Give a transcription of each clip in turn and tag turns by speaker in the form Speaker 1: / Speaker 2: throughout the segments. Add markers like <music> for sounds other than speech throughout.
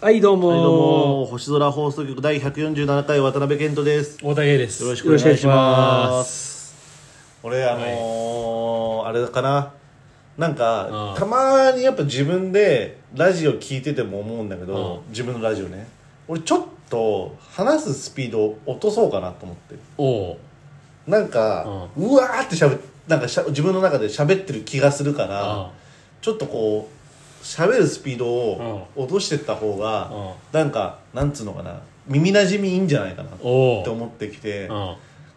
Speaker 1: はいどうも,、
Speaker 2: はい、どうも星空放送局第147回渡辺健人です
Speaker 3: 大竹です
Speaker 2: よろし
Speaker 1: くお願いします
Speaker 2: 俺あのーあれかななんか
Speaker 3: うん
Speaker 2: たまにやっぱ自分でラジオ聞いてても思うんだけど、
Speaker 3: う
Speaker 2: 自分のラジオね俺ちょっと話すスピードを落とそうかなと思って
Speaker 3: おう
Speaker 2: なんか、うわーってしゃべなんかしゃ自分の中で喋ってる気がするから、
Speaker 3: あ
Speaker 2: ちょっとこう喋るスピードを落としてった方が、
Speaker 3: うん
Speaker 2: なんかなんつうのかな耳なじみいいんじゃないかなって
Speaker 3: おう
Speaker 2: 思ってきて、
Speaker 3: うん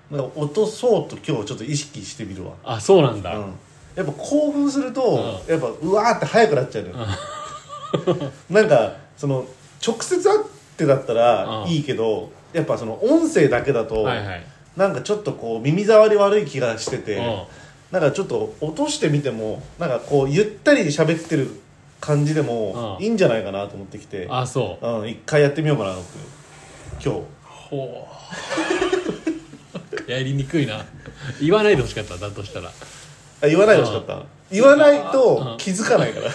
Speaker 2: なんか落とそうと今日ちょっと意識してみるわ、
Speaker 3: あそうなんだ、
Speaker 2: うん、やっぱ興奮すると、
Speaker 3: う
Speaker 2: やっぱうわーって速くなっちゃうのよ、 <laughs> なんかその直接会ってだったら
Speaker 3: うん
Speaker 2: いいけど、やっぱその音声だけだと、
Speaker 3: はいはい
Speaker 2: なんかちょっとこう耳障り悪い気がしてて、
Speaker 3: うん
Speaker 2: なんかちょっと落としてみてもなんかこうゆったり喋ってる感じでも
Speaker 3: うん
Speaker 2: いいんじゃないかなと思ってきて、う
Speaker 3: あそう、
Speaker 2: ん、一回やってみようかなと思って今日
Speaker 3: ほう <laughs> やりにくいな言わないでほしかっただとしたら <laughs>
Speaker 2: あ言わないでほしかった言わないと気づかないから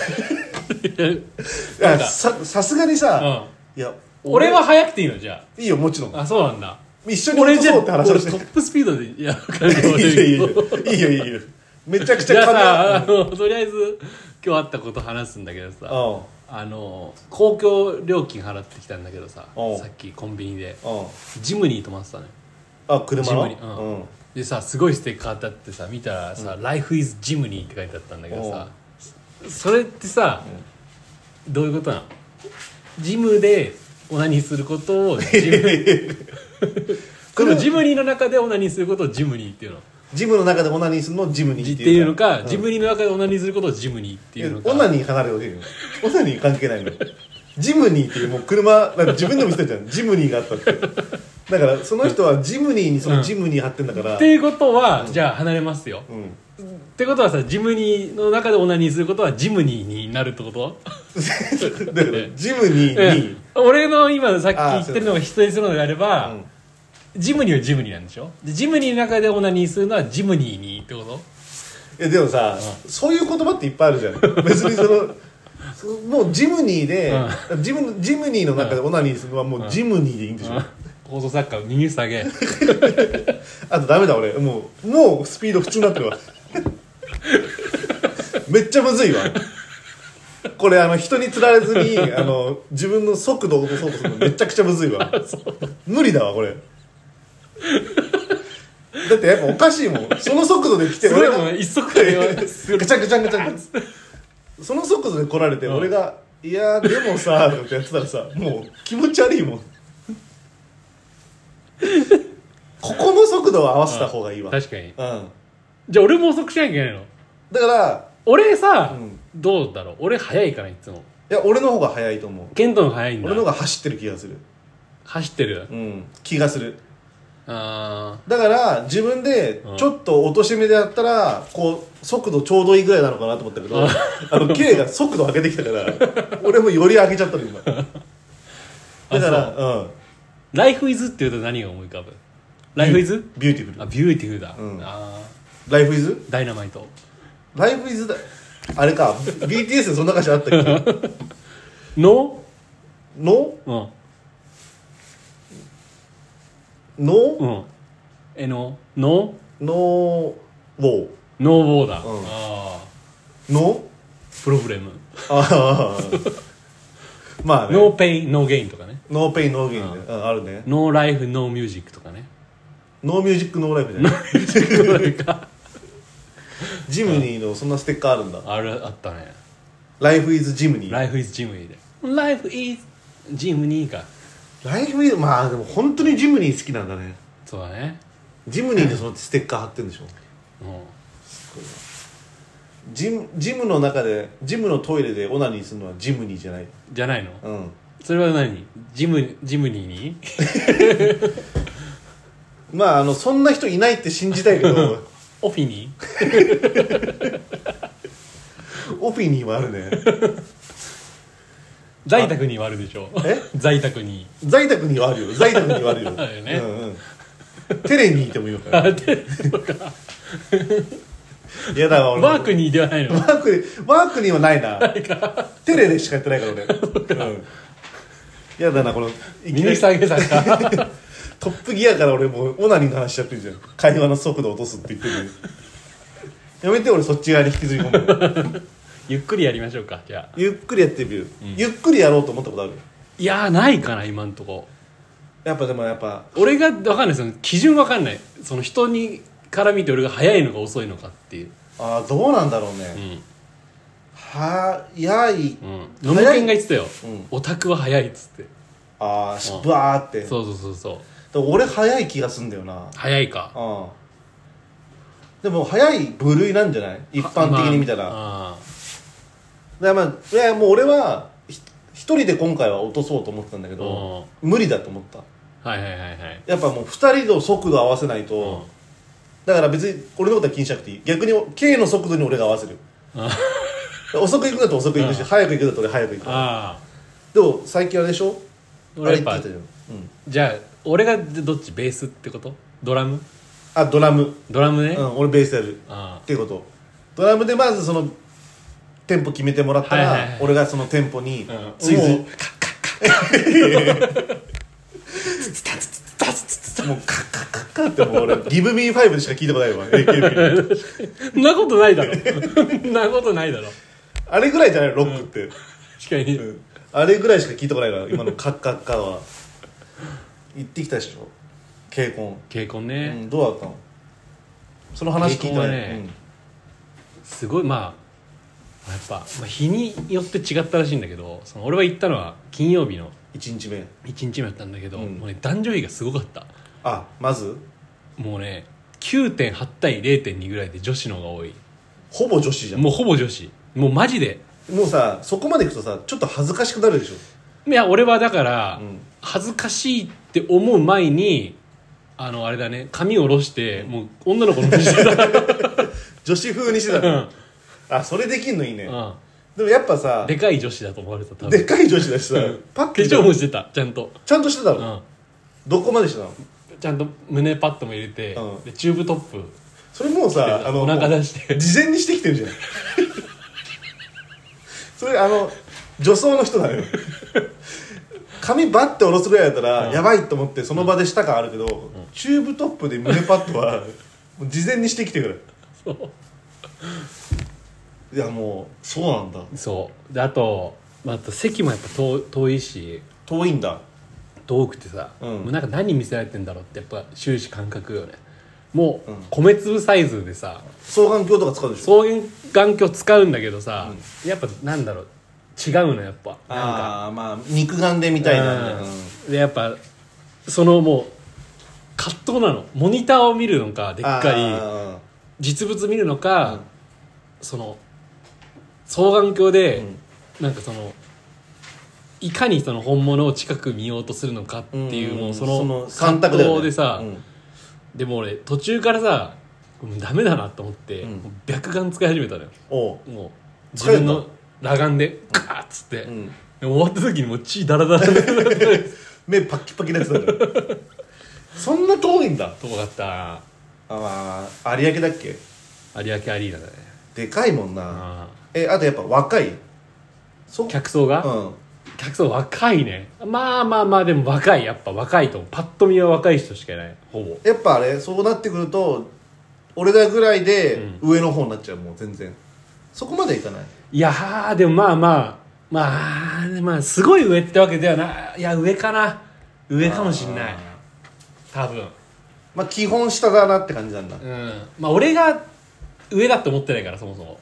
Speaker 2: いやささすがにさ、いや
Speaker 3: 俺は早くていいのじゃ
Speaker 2: いいよもちろん
Speaker 3: ああそうなんだ
Speaker 2: 一緒に
Speaker 3: 俺
Speaker 2: 落と
Speaker 3: じゃ
Speaker 2: そ
Speaker 3: 俺
Speaker 2: うっ
Speaker 3: ト
Speaker 2: て話をして
Speaker 3: ップスピードでいや分かるけど
Speaker 2: いいよいいよいいよいいよいいよめちゃくち
Speaker 3: じゃ
Speaker 2: ゃ
Speaker 3: あさあ
Speaker 2: 金
Speaker 3: のとりあえず今日あったこと話すんだけどさ
Speaker 2: うん
Speaker 3: あの公共料金払ってきたんだけどさ
Speaker 2: うん
Speaker 3: さっきコンビニで
Speaker 2: うん
Speaker 3: ジムに泊まってたのよ
Speaker 2: あ車
Speaker 3: ジム
Speaker 2: の
Speaker 3: に
Speaker 2: う
Speaker 3: うん
Speaker 2: ん
Speaker 3: でさすごいステッカーだってさ見たらさ「Life is Jimny」って書いてあったんだけどさそれってさ、どういうことなのジムでオナニーすることをジム
Speaker 2: <laughs>
Speaker 3: このジムニーの中でオナニーすることをジムニーっていうのっ
Speaker 2: ジムの中でオナニーするのをジムに
Speaker 3: て
Speaker 2: って
Speaker 3: いうのか、
Speaker 2: うん
Speaker 3: ジムニーの中でオナニーすることをジムニーっていうのか
Speaker 2: オナニー離れてほしいのオナニー関係ないのジムニーっていうもう車なんか自分でも言ってたじゃんジムニーがあったってだからその人はジムニーにそのジムニー貼ってんだから、
Speaker 3: っ
Speaker 2: う
Speaker 3: ていうことは、じゃあ離れますよ、
Speaker 2: ん
Speaker 3: ってことはさジムニーの中でオナニーすることはジムニーになるってこと
Speaker 2: <laughs> だからジムニーに
Speaker 3: ええ、俺の今さっき言ってるのが人にするのであれば
Speaker 2: うん
Speaker 3: ジムニーはジムニーなんでしょでジムニーの中でオナニーするのはジムニーにってこと
Speaker 2: いやでもさ、そういう言葉っていっぱいあるじゃん別にそのそ <laughs> もうジムニーで、ジムジムニーの中でオナニーするのはもうジムニーでいいんでしょ、
Speaker 3: 放送作家耳下
Speaker 2: <laughs>
Speaker 3: げ
Speaker 2: あとダメだ俺もうもうスピード普通になって <laughs> るわめっちゃむずいわこれあの人につられずにあの自分の速度を落とそうとするのめちゃくちゃむずい <laughs> わ無理だわこれだってやっぱおかしいもんその速度で来て
Speaker 3: それ
Speaker 2: 俺
Speaker 3: はも
Speaker 2: が
Speaker 3: う一足で
Speaker 2: ぐちゃぐちゃぐちゃぐちゃ <laughs> その速度で来られて俺が「いやーでもさ」とかやってたらさもう気持ち悪い
Speaker 3: <laughs>
Speaker 2: もんここの速度を合わせた方がいいわ
Speaker 3: 確かに
Speaker 2: うん
Speaker 3: じゃあ俺も遅くしなきゃいけないの
Speaker 2: だから
Speaker 3: 俺さ、
Speaker 2: うん
Speaker 3: どうだろう俺早いからいつも
Speaker 2: いや俺の方が速いと思う
Speaker 3: ケントの方が早いんだ
Speaker 2: 俺の方が走ってる気がする
Speaker 3: 走ってる、
Speaker 2: うん気がする
Speaker 3: あ
Speaker 2: だから自分で
Speaker 3: うん
Speaker 2: ちょっと落とし目でやったらこう速度ちょうどいいぐらいなのかなと思ったけどあの K が速度上げてきたから俺もより上げちゃったの今だからうん
Speaker 3: ーライフイズって言うと何が思い浮かぶライフイズ
Speaker 2: ビューティフル
Speaker 3: あビューティフルだ、
Speaker 2: うん
Speaker 3: あ
Speaker 2: ライフイズ
Speaker 3: ーダイナマイト
Speaker 2: ライフイズだあれか BTS でそんな歌詞あったっけ
Speaker 3: の
Speaker 2: の
Speaker 3: うんう
Speaker 2: の
Speaker 3: んえのの
Speaker 2: のを
Speaker 3: ノーボーダー、
Speaker 2: うん
Speaker 3: ああ
Speaker 2: の
Speaker 3: プロブレム、
Speaker 2: ああまあね
Speaker 3: ノーペインノーゲインとかね
Speaker 2: ノーペインノーゲインでうんあるね
Speaker 3: ノーライフノーミュージックとか <laughs> ね
Speaker 2: ノーミュージックノーライフじゃないジムニーのそんなステッカーあるんだ
Speaker 3: あるあったね
Speaker 2: ライフイズジムニー
Speaker 3: ライフイズジムニーでライフイズジムニーか
Speaker 2: ライフイズまあでも本当にジムニー好きなんだね
Speaker 3: そうだね
Speaker 2: ジムニーでそのステッカー貼ってるんでしょ
Speaker 3: うん
Speaker 2: ジムジムの中でジムのトイレでオナニーするのはジムニーじゃない
Speaker 3: じゃないの
Speaker 2: うん
Speaker 3: それは何ジムジムニーに
Speaker 2: まああのそんな人いないって信じたいけ <laughs> ど
Speaker 3: <laughs> オフィニー
Speaker 2: オフィニーはあるね
Speaker 3: 在宅にはあるでしょ
Speaker 2: え
Speaker 3: <laughs> 在宅に
Speaker 2: 在宅にはあるよ在宅には <laughs> あるよ
Speaker 3: あるよね
Speaker 2: うんうん、テレにいてもいいのかないやだわ俺
Speaker 3: ワークニーではないの
Speaker 2: <laughs> ワークにワークにはないなテレでしかやってないから俺、うんやだなこのいきな
Speaker 3: 耳
Speaker 2: り
Speaker 3: 下げされた
Speaker 2: トップギアから俺もうオナニーの話しちゃってるじゃん会話の速度落とすって言ってるのにやめて俺そっち側に引きずり
Speaker 3: <laughs>
Speaker 2: 込むの
Speaker 3: <laughs> ゆっくりやりましょうかじゃあ
Speaker 2: ゆっくりやってみる、ゆっくりやろうと思ったことある
Speaker 3: いやーないかな今んとこ
Speaker 2: やっぱでもやっぱ
Speaker 3: 俺が分かんないその基準分かんないその人にから見て俺が早いのか遅いのかっていう
Speaker 2: ああどうなんだろうね、
Speaker 3: うん
Speaker 2: はやい、
Speaker 3: うん野村健が言ってたよ、
Speaker 2: うん
Speaker 3: オタクは早いっつって
Speaker 2: ああし
Speaker 3: うん
Speaker 2: ばーって
Speaker 3: そうそうそうそう
Speaker 2: でも俺早い気がすんだよな
Speaker 3: 早いか
Speaker 2: うんでも早い部類なんじゃない一般的に見たら、
Speaker 3: あ
Speaker 2: だからまあいやもう俺はひ一人で今回は落とそうと思ってたんだけ
Speaker 3: あ
Speaker 2: ど
Speaker 3: ー
Speaker 2: 無理だと思った
Speaker 3: はいはいはいはい
Speaker 2: やっぱもう二人の速度合わせないと、
Speaker 3: うん
Speaker 2: だから別に俺のことは気にしなくていい逆に K の速度に俺が合
Speaker 3: <laughs>
Speaker 2: わせる
Speaker 3: あ
Speaker 2: 遅く行くんだと遅く行くし、
Speaker 3: うん
Speaker 2: 早く行くんだと俺早く行く
Speaker 3: あ
Speaker 2: でも最近あれでしょ
Speaker 3: ー俺やっ
Speaker 2: あ
Speaker 3: ぱ
Speaker 2: れ言ってたよ、うん、
Speaker 3: じゃあ俺がどっちベースってことドラム
Speaker 2: あドラム、
Speaker 3: ドラムね、
Speaker 2: うん、俺ベースやる
Speaker 3: あ <laughs>
Speaker 2: っていうことドラムでまずそのテンポ決めてもらったら、
Speaker 3: はいはいはい
Speaker 2: 俺がそのテンポに
Speaker 3: あ
Speaker 2: 追随、
Speaker 3: もう
Speaker 2: もうカッカッカッカッってもう
Speaker 3: <laughs>
Speaker 2: 俺ギブミーファイブでしか聞いたことないわ AKB
Speaker 3: そんなことないだろ <laughs> そんなことないだろ
Speaker 2: あれぐらいじゃないロックって、
Speaker 3: 確かに、
Speaker 2: うんあれぐらいしか聞いたことないから今のカッカッカは行ってきたでしょ稽古、
Speaker 3: 稽古
Speaker 2: う
Speaker 3: ね、
Speaker 2: ん、どうだったのその話聞いてな
Speaker 3: 稽古は
Speaker 2: い、
Speaker 3: ねすごいまあやっぱ、まあ、日によって違ったらしいんだけどその俺は行ったのは金曜日の
Speaker 2: うん、1日目
Speaker 3: 1日目だったんだけど、
Speaker 2: うん
Speaker 3: もうね男女比がすごかった
Speaker 2: あまず
Speaker 3: もうね9.8対0.2ぐらいで女子の方が多い
Speaker 2: ほぼ女子じゃんも
Speaker 3: もうほぼ女子もうマジで
Speaker 2: うさそこまでいくとさちょっと恥ずかしくなるでしょ
Speaker 3: いや俺はだから、
Speaker 2: うん
Speaker 3: 恥ずかしいって思う前にあのあれだね髪を下ろしてもう女の子のふりしてた、
Speaker 2: 女子風に <laughs> してた
Speaker 3: う
Speaker 2: の
Speaker 3: ん
Speaker 2: あそれできんのいいね
Speaker 3: うん
Speaker 2: でもやっぱさ
Speaker 3: でかい女子だと思われた多
Speaker 2: で
Speaker 3: 分
Speaker 2: っかい女子だしさパッ
Speaker 3: 化
Speaker 2: ケージ
Speaker 3: 粧もしてたちゃんと、
Speaker 2: ちゃんとしてた
Speaker 3: う
Speaker 2: の
Speaker 3: ん、
Speaker 2: どこまでしてたの
Speaker 3: ちゃんと胸パッドも入れて、
Speaker 2: うん
Speaker 3: でチューブトップ
Speaker 2: それもうさあの
Speaker 3: お腹出して
Speaker 2: 事前にしてきてるじゃんそれあの女装の人だよ髪バッて下ろすぐらいだったら、やばいと思ってその場でした感あるけど、チューブトップで胸パッドはもう事前にしてきてるからいやもうそうなんだ
Speaker 3: そうであと、まあ、あと席もやっぱ遠遠いし
Speaker 2: 遠いんだ
Speaker 3: 遠くてさ、
Speaker 2: うん
Speaker 3: もうなんか何見せられてんだろうってやっぱ終始感覚よねもう、
Speaker 2: うん
Speaker 3: 米粒サイズでさ
Speaker 2: 双眼鏡とか使うでしょ
Speaker 3: 双眼鏡使うんだけどさ、やっぱなんだろう違うのやっぱなんか
Speaker 2: ああまあ肉眼でみたいな、ね
Speaker 3: うんでやっぱそのもう葛藤なのモニターを見るのかでっかい
Speaker 2: あ
Speaker 3: 実物見るのか、その双眼鏡で、
Speaker 2: うん
Speaker 3: なんかそのいかにその本物を近く見ようとするのかって
Speaker 2: ー
Speaker 3: いう、
Speaker 2: ん
Speaker 3: もうその
Speaker 2: 三
Speaker 3: 葛
Speaker 2: 択だよね
Speaker 3: 藤でさ、
Speaker 2: うん
Speaker 3: でも俺途中からさもうダメだなと思って、
Speaker 2: うん
Speaker 3: もう白眼使い始めたのよ
Speaker 2: おう
Speaker 3: もう自
Speaker 2: 疲れた
Speaker 3: 分の裸眼でガーッつって、
Speaker 2: ん
Speaker 3: で終わった時にもう血ダラダラダラ <laughs> ダラダラ
Speaker 2: 目パッキパキなやつだからそんな遠いんだ
Speaker 3: 遠かった
Speaker 2: ああ有明だっけ
Speaker 3: 有明アリーナだね
Speaker 2: でかいもんな
Speaker 3: あ
Speaker 2: えあとやっぱ若いそ
Speaker 3: あ
Speaker 2: う
Speaker 3: 客層が、
Speaker 2: うん
Speaker 3: 客層若いねまあまあまあでも若いやっぱ若いと思うパッと見は若い人しかいないほぼ
Speaker 2: やっぱあれそうなってくると俺らぐらいで上の方になっちゃうもう全然そこまでいかない
Speaker 3: いやーでもまあまあまあ、まあ、すごい上ってわけではないいや上かな上かもしんない
Speaker 2: あー
Speaker 3: 多分
Speaker 2: まあ基本下だなって感じなんだ
Speaker 3: うんまあ俺が上だって思ってないからそもそも、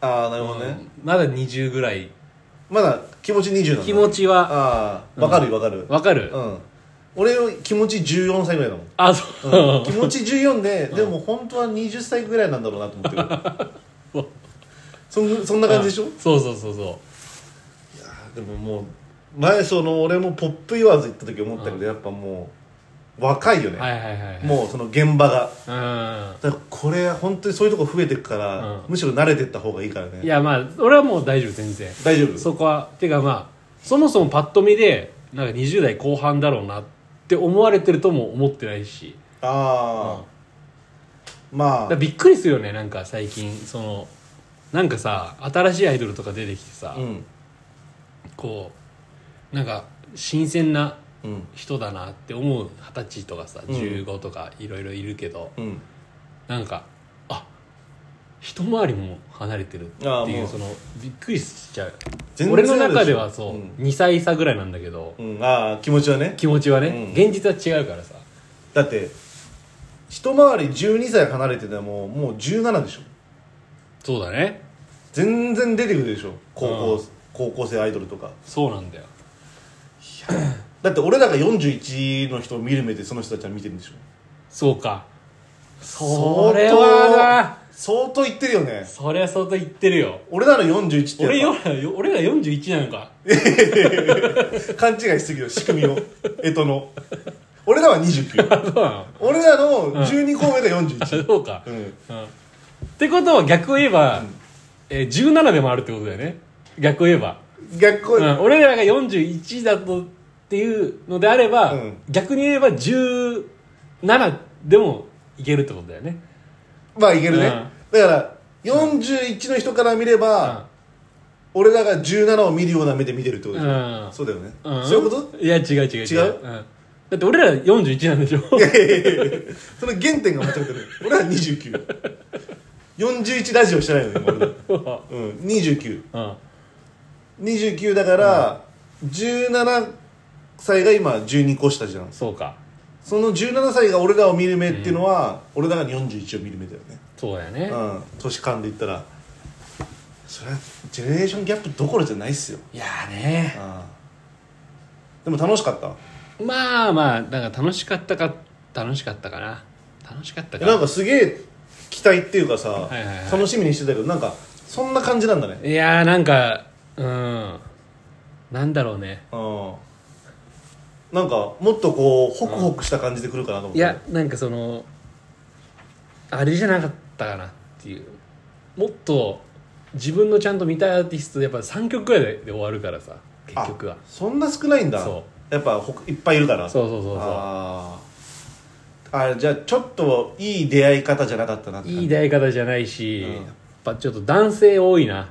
Speaker 2: ああなるほどね
Speaker 3: うんまだ20ぐらい
Speaker 2: まだ気持ち20なんだ
Speaker 3: 気持ちは
Speaker 2: ああわかるわかる
Speaker 3: わかる、
Speaker 2: うん俺より気持ち14歳ぐらいだもん
Speaker 3: あそう、
Speaker 2: うん気持ち14で、でも本当は20歳ぐらいなんだろうなと思ってる
Speaker 3: <laughs>
Speaker 2: そんそんな感じでしょ、
Speaker 3: うんそうそうそうそ
Speaker 2: でももう前その俺も「ポップ言わず」行った時思ったけど、やっぱもう若いよね、
Speaker 3: うはいはいはい
Speaker 2: もうその現場が
Speaker 3: うん
Speaker 2: だからこれ本当にそういうとこ増えてくから、
Speaker 3: うん
Speaker 2: むしろ慣れてった方がいいから
Speaker 3: い
Speaker 2: ね
Speaker 3: やまあ俺はもう大丈夫全然
Speaker 2: 大丈夫
Speaker 3: そこはてかまあそもそもパッと見でなんか20代後半だろうなって思われてるとも思ってないし
Speaker 2: ああ、
Speaker 3: だ
Speaker 2: ま
Speaker 3: から
Speaker 2: あ
Speaker 3: びっくりするよねなんか最近そのなんかさ新しいアイドルとか出てきてさ、
Speaker 2: うん
Speaker 3: こうなんか新鮮な
Speaker 2: うん
Speaker 3: 人だなって思う二十歳とかさ
Speaker 2: うん
Speaker 3: 15とかいろいろいるけど、
Speaker 2: うん
Speaker 3: なんかあ一回りも離れてるって
Speaker 2: ああ
Speaker 3: い
Speaker 2: も
Speaker 3: う
Speaker 2: う
Speaker 3: そのびっくりしちゃう
Speaker 2: 全然
Speaker 3: 俺の中ではそう、
Speaker 2: あるでしょ
Speaker 3: 2歳差ぐらいなんだけど、
Speaker 2: うん、ああ気持ちはね
Speaker 3: 気持ちはね、
Speaker 2: うん
Speaker 3: 現実は違うからさ
Speaker 2: だって一回り12歳離れててももう17でしょ
Speaker 3: そうだね
Speaker 2: 全然出てくるでしょ高校,、
Speaker 3: うん
Speaker 2: 高校生アイドルとか
Speaker 3: そうなんだよ
Speaker 2: だって俺らが41の人を見る目でその人たちは見てるんでしょ
Speaker 3: そうかそ
Speaker 2: 相
Speaker 3: れ
Speaker 2: 当
Speaker 3: は
Speaker 2: 相当言ってるよ
Speaker 3: な
Speaker 2: ね
Speaker 3: そりゃ相当言ってるよ
Speaker 2: 俺らの41って
Speaker 3: 俺
Speaker 2: や
Speaker 3: よ
Speaker 2: っ
Speaker 3: 俺ら41なのか
Speaker 2: ぱ勘違いしすぎるよ仕組みを <laughs> えとの俺らは
Speaker 3: <laughs>
Speaker 2: 29
Speaker 3: そうな
Speaker 2: 俺らの12個目が41
Speaker 3: のそうか、
Speaker 2: う
Speaker 3: うん
Speaker 2: ん
Speaker 3: ってことは逆を言えば、えー17でもあるってことだよね逆を言えば、
Speaker 2: 逆
Speaker 3: う
Speaker 2: に、
Speaker 3: ん、俺らが41だとっていうのであれば、
Speaker 2: うん
Speaker 3: 逆に言えば17でもいけるってことだよね
Speaker 2: まあいけるね、
Speaker 3: うん
Speaker 2: だから41の人から見れば、俺らが17を見るような目で見てるってことでし
Speaker 3: う
Speaker 2: ょ、
Speaker 3: ん
Speaker 2: そうだよね、
Speaker 3: うん
Speaker 2: そういうこと
Speaker 3: いや違う違う違う、
Speaker 2: 違うん
Speaker 3: だって俺ら41なんでしょ <laughs>
Speaker 2: <laughs> その原点が間違ってる俺は2941ラジオしてないのね今俺ら
Speaker 3: う
Speaker 2: うん2929
Speaker 3: ん
Speaker 2: だから、17歳が今12個下じゃん
Speaker 3: そうか
Speaker 2: その17歳が俺らを見る目っていうのは、俺らが41を見る目だよね
Speaker 3: そうだよね、
Speaker 2: うん年間で言ったらそれはジェネレーションギャップどころじゃないっすよ
Speaker 3: いやーね
Speaker 2: でも楽しかった
Speaker 3: まあまあなんか楽しかったか楽しかったかな楽しかった
Speaker 2: えなん
Speaker 3: か
Speaker 2: かすげえ期待っていうかさ、
Speaker 3: いはいはい
Speaker 2: 楽しみにしてたけどなんかそんな感じなんだね
Speaker 3: いやーなんかうんなんだろうね
Speaker 2: うんなんかもっとこうホクホクした感じで来るかなと思っ
Speaker 3: い
Speaker 2: て、
Speaker 3: やなんかそのあれじゃなかったかなっていうもっと自分のちゃんと見たいアーティストやっぱ3曲ぐらいでで終わるからさ結局は
Speaker 2: そんな少ないんだ
Speaker 3: そ
Speaker 2: やっぱほくいっぱいいるから
Speaker 3: そうそうそうそ
Speaker 2: あーあじゃあちょっといい出会い方じゃなかったなって
Speaker 3: う
Speaker 2: 感じ
Speaker 3: いい出会い方じゃないし、
Speaker 2: うん
Speaker 3: やっぱちょっと男性多いな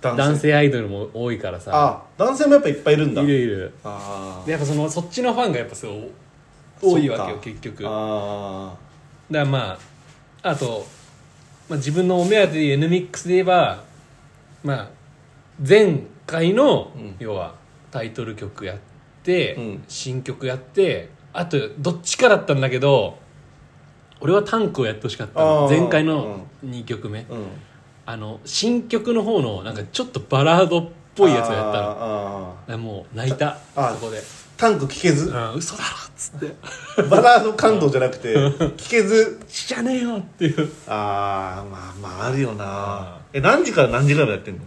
Speaker 2: 男性
Speaker 3: 男性アイドルも多いからさ
Speaker 2: あ男性もやっぱいっぱいいるん
Speaker 3: い
Speaker 2: だ
Speaker 3: るいる
Speaker 2: あー
Speaker 3: でやっぱそのそっちのファンがやっぱすごい多いわけ
Speaker 2: そっ
Speaker 3: よ
Speaker 2: か
Speaker 3: 結局だか
Speaker 2: あ
Speaker 3: らまああと、まあ、自分のお目当てで N ミックスで言えばまあ前回の、
Speaker 2: うん
Speaker 3: 要はタイトル曲やって、
Speaker 2: うん
Speaker 3: 新曲やってあとどっちかだったんだけど俺はタンクをやってほしかったの
Speaker 2: あー
Speaker 3: 前回の2曲目、
Speaker 2: ーうん
Speaker 3: あの新曲の方のなんかちょっとバラードっぽいやつをやったのだか
Speaker 2: あーあ
Speaker 3: らもう泣いた
Speaker 2: あ
Speaker 3: そこで
Speaker 2: ータンク聞け
Speaker 3: 「 <laughs>
Speaker 2: ず
Speaker 3: うん嘘だろ」っつって
Speaker 2: バラード感動じゃなくて聞けず
Speaker 3: 「知らねえよ」っていう
Speaker 2: ああまあまああるよなえ何時から何時からやってんの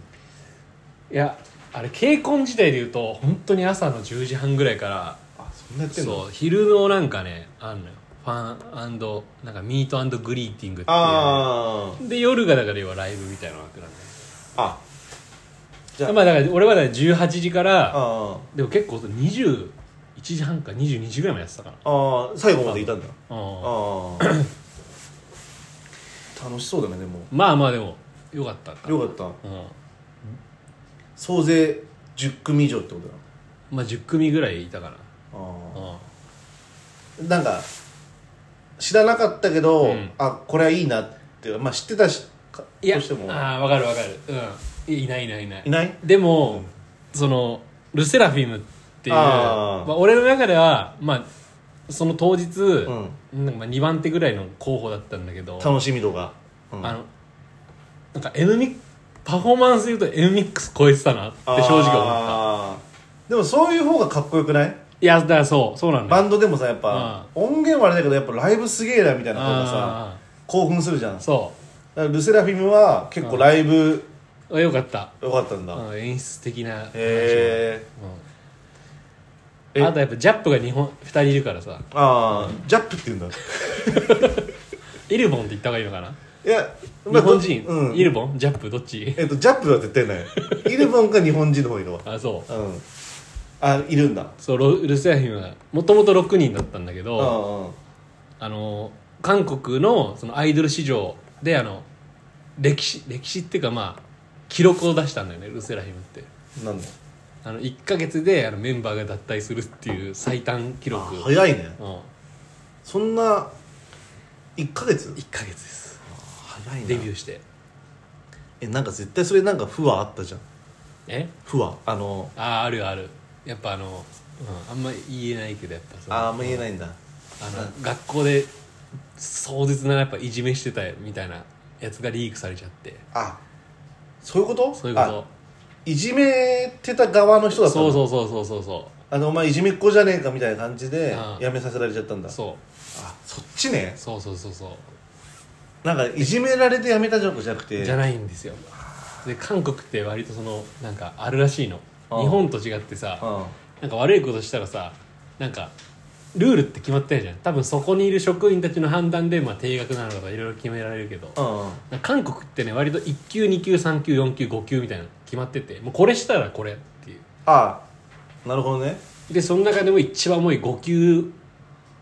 Speaker 3: いやあれ稽古時代で言うと本当に朝の10時半ぐらいから
Speaker 2: あそんなやってんの
Speaker 3: そう昼のなんかねあんのよファンなんかミートグリーティングっていうね、
Speaker 2: あ
Speaker 3: で夜がだから要はライブみたいな枠なんだよ
Speaker 2: ああじゃあ
Speaker 3: まあだから俺はだから18時から
Speaker 2: あ
Speaker 3: でも結構21時半か22時ぐらいまでやってたか
Speaker 2: あああ最後までいたんだ
Speaker 3: なうん
Speaker 2: ああ
Speaker 3: <coughs>
Speaker 2: 楽しそうだねでも
Speaker 3: まあまあでもよかったかな
Speaker 2: よかった
Speaker 3: うん
Speaker 2: 総勢10組以上ってことだ
Speaker 3: まあ10組ぐらいいたか
Speaker 2: あ
Speaker 3: なうん
Speaker 2: あなんか知らなかったけど、
Speaker 3: うん
Speaker 2: あこれはいいなってまあ知ってたしか
Speaker 3: いや
Speaker 2: としても
Speaker 3: ああわかるわかるうんいいないいないいない
Speaker 2: いない
Speaker 3: でも、そのルセラフィムっていう
Speaker 2: あー
Speaker 3: まあ、俺の中では、まあ、その当日、
Speaker 2: ん
Speaker 3: なんかまあ2番手ぐらいの候補だったんだけど、
Speaker 2: 楽しみ度が、うん
Speaker 3: あのなんか N ミパフォーマンスで言うと N ミックス超えてたなって正直思った
Speaker 2: あーでもそういう方がかっこよくない
Speaker 3: いやだからそうそうなんだ
Speaker 2: バ
Speaker 3: よ
Speaker 2: ンドでもさやっぱ音源はあれだけどやっぱライブすげえなみたいな方がさ
Speaker 3: あ
Speaker 2: 興奮するじゃん
Speaker 3: ー
Speaker 2: だか
Speaker 3: そ
Speaker 2: らルセラフィムは結構ライブ
Speaker 3: うよかった、
Speaker 2: よかったんだへ
Speaker 3: うん、演出的な話
Speaker 2: え
Speaker 3: うん
Speaker 2: え
Speaker 3: あとやっぱジャップが日本2人いるからさ
Speaker 2: ああジャップって言うんだ
Speaker 3: イルボンって言った方がいいのかない
Speaker 2: や
Speaker 3: 日本人、
Speaker 2: うん
Speaker 3: イルボンジャップどっ
Speaker 2: <laughs>
Speaker 3: ち
Speaker 2: えっとジャップは絶対ないイルボンか日本人の方がいいのわ
Speaker 3: あ <laughs> そう
Speaker 2: うんあいるんだ
Speaker 3: そうロルセアフィムはもともと6人だったんだけ
Speaker 2: う
Speaker 3: ど、
Speaker 2: んうん
Speaker 3: あの韓国のそのアイドル市場であの歴史歴史っていうかまあ記録を出したんだよねルセラフィムって
Speaker 2: なんだ
Speaker 3: あの1か月であのメンバーが脱退するっていう最短記
Speaker 2: あ
Speaker 3: 録
Speaker 2: 早いね
Speaker 3: うん、
Speaker 2: そんな1ヶ月
Speaker 3: 1か月です
Speaker 2: 早い
Speaker 3: デビュー
Speaker 2: ー
Speaker 3: して
Speaker 2: えなんか絶対それなんか不和あったじゃん
Speaker 3: え
Speaker 2: 不和あの
Speaker 3: あああるよあるやっぱあの、うん、あんま言えないけどやっぱその
Speaker 2: ああんま言えないんだ
Speaker 3: あの学校で壮絶なやっぱいじめしてたみたいなやつがリークされちゃって
Speaker 2: あそういうこと
Speaker 3: そういうこ
Speaker 2: あいじめてた側の人だ
Speaker 3: と
Speaker 2: ったの
Speaker 3: そうそうそうそうそうそ
Speaker 2: あのお前いじめっ子じゃねえかみたいな感じで
Speaker 3: うん
Speaker 2: 辞めさせられちゃったんだ
Speaker 3: うそう
Speaker 2: あそっちね
Speaker 3: そうそうそうそう
Speaker 2: なんかいじめられて辞めたじゃなくて
Speaker 3: じゃないんですよで韓国って割とそのなんかあるらしいの
Speaker 2: うん
Speaker 3: 日本と違ってさ
Speaker 2: うん
Speaker 3: なんか悪いことしたらさなんかルールって決まってないじゃん多分そこにいる職員たちの判断で、まあ、定額なのかとかいろいろ決められるけど
Speaker 2: うん
Speaker 3: なんか韓国ってね割と1級2級3級4級5級みたいなの決まっててもうこれしたらこれっていう
Speaker 2: あなるほどね
Speaker 3: でその中でも一番重い5級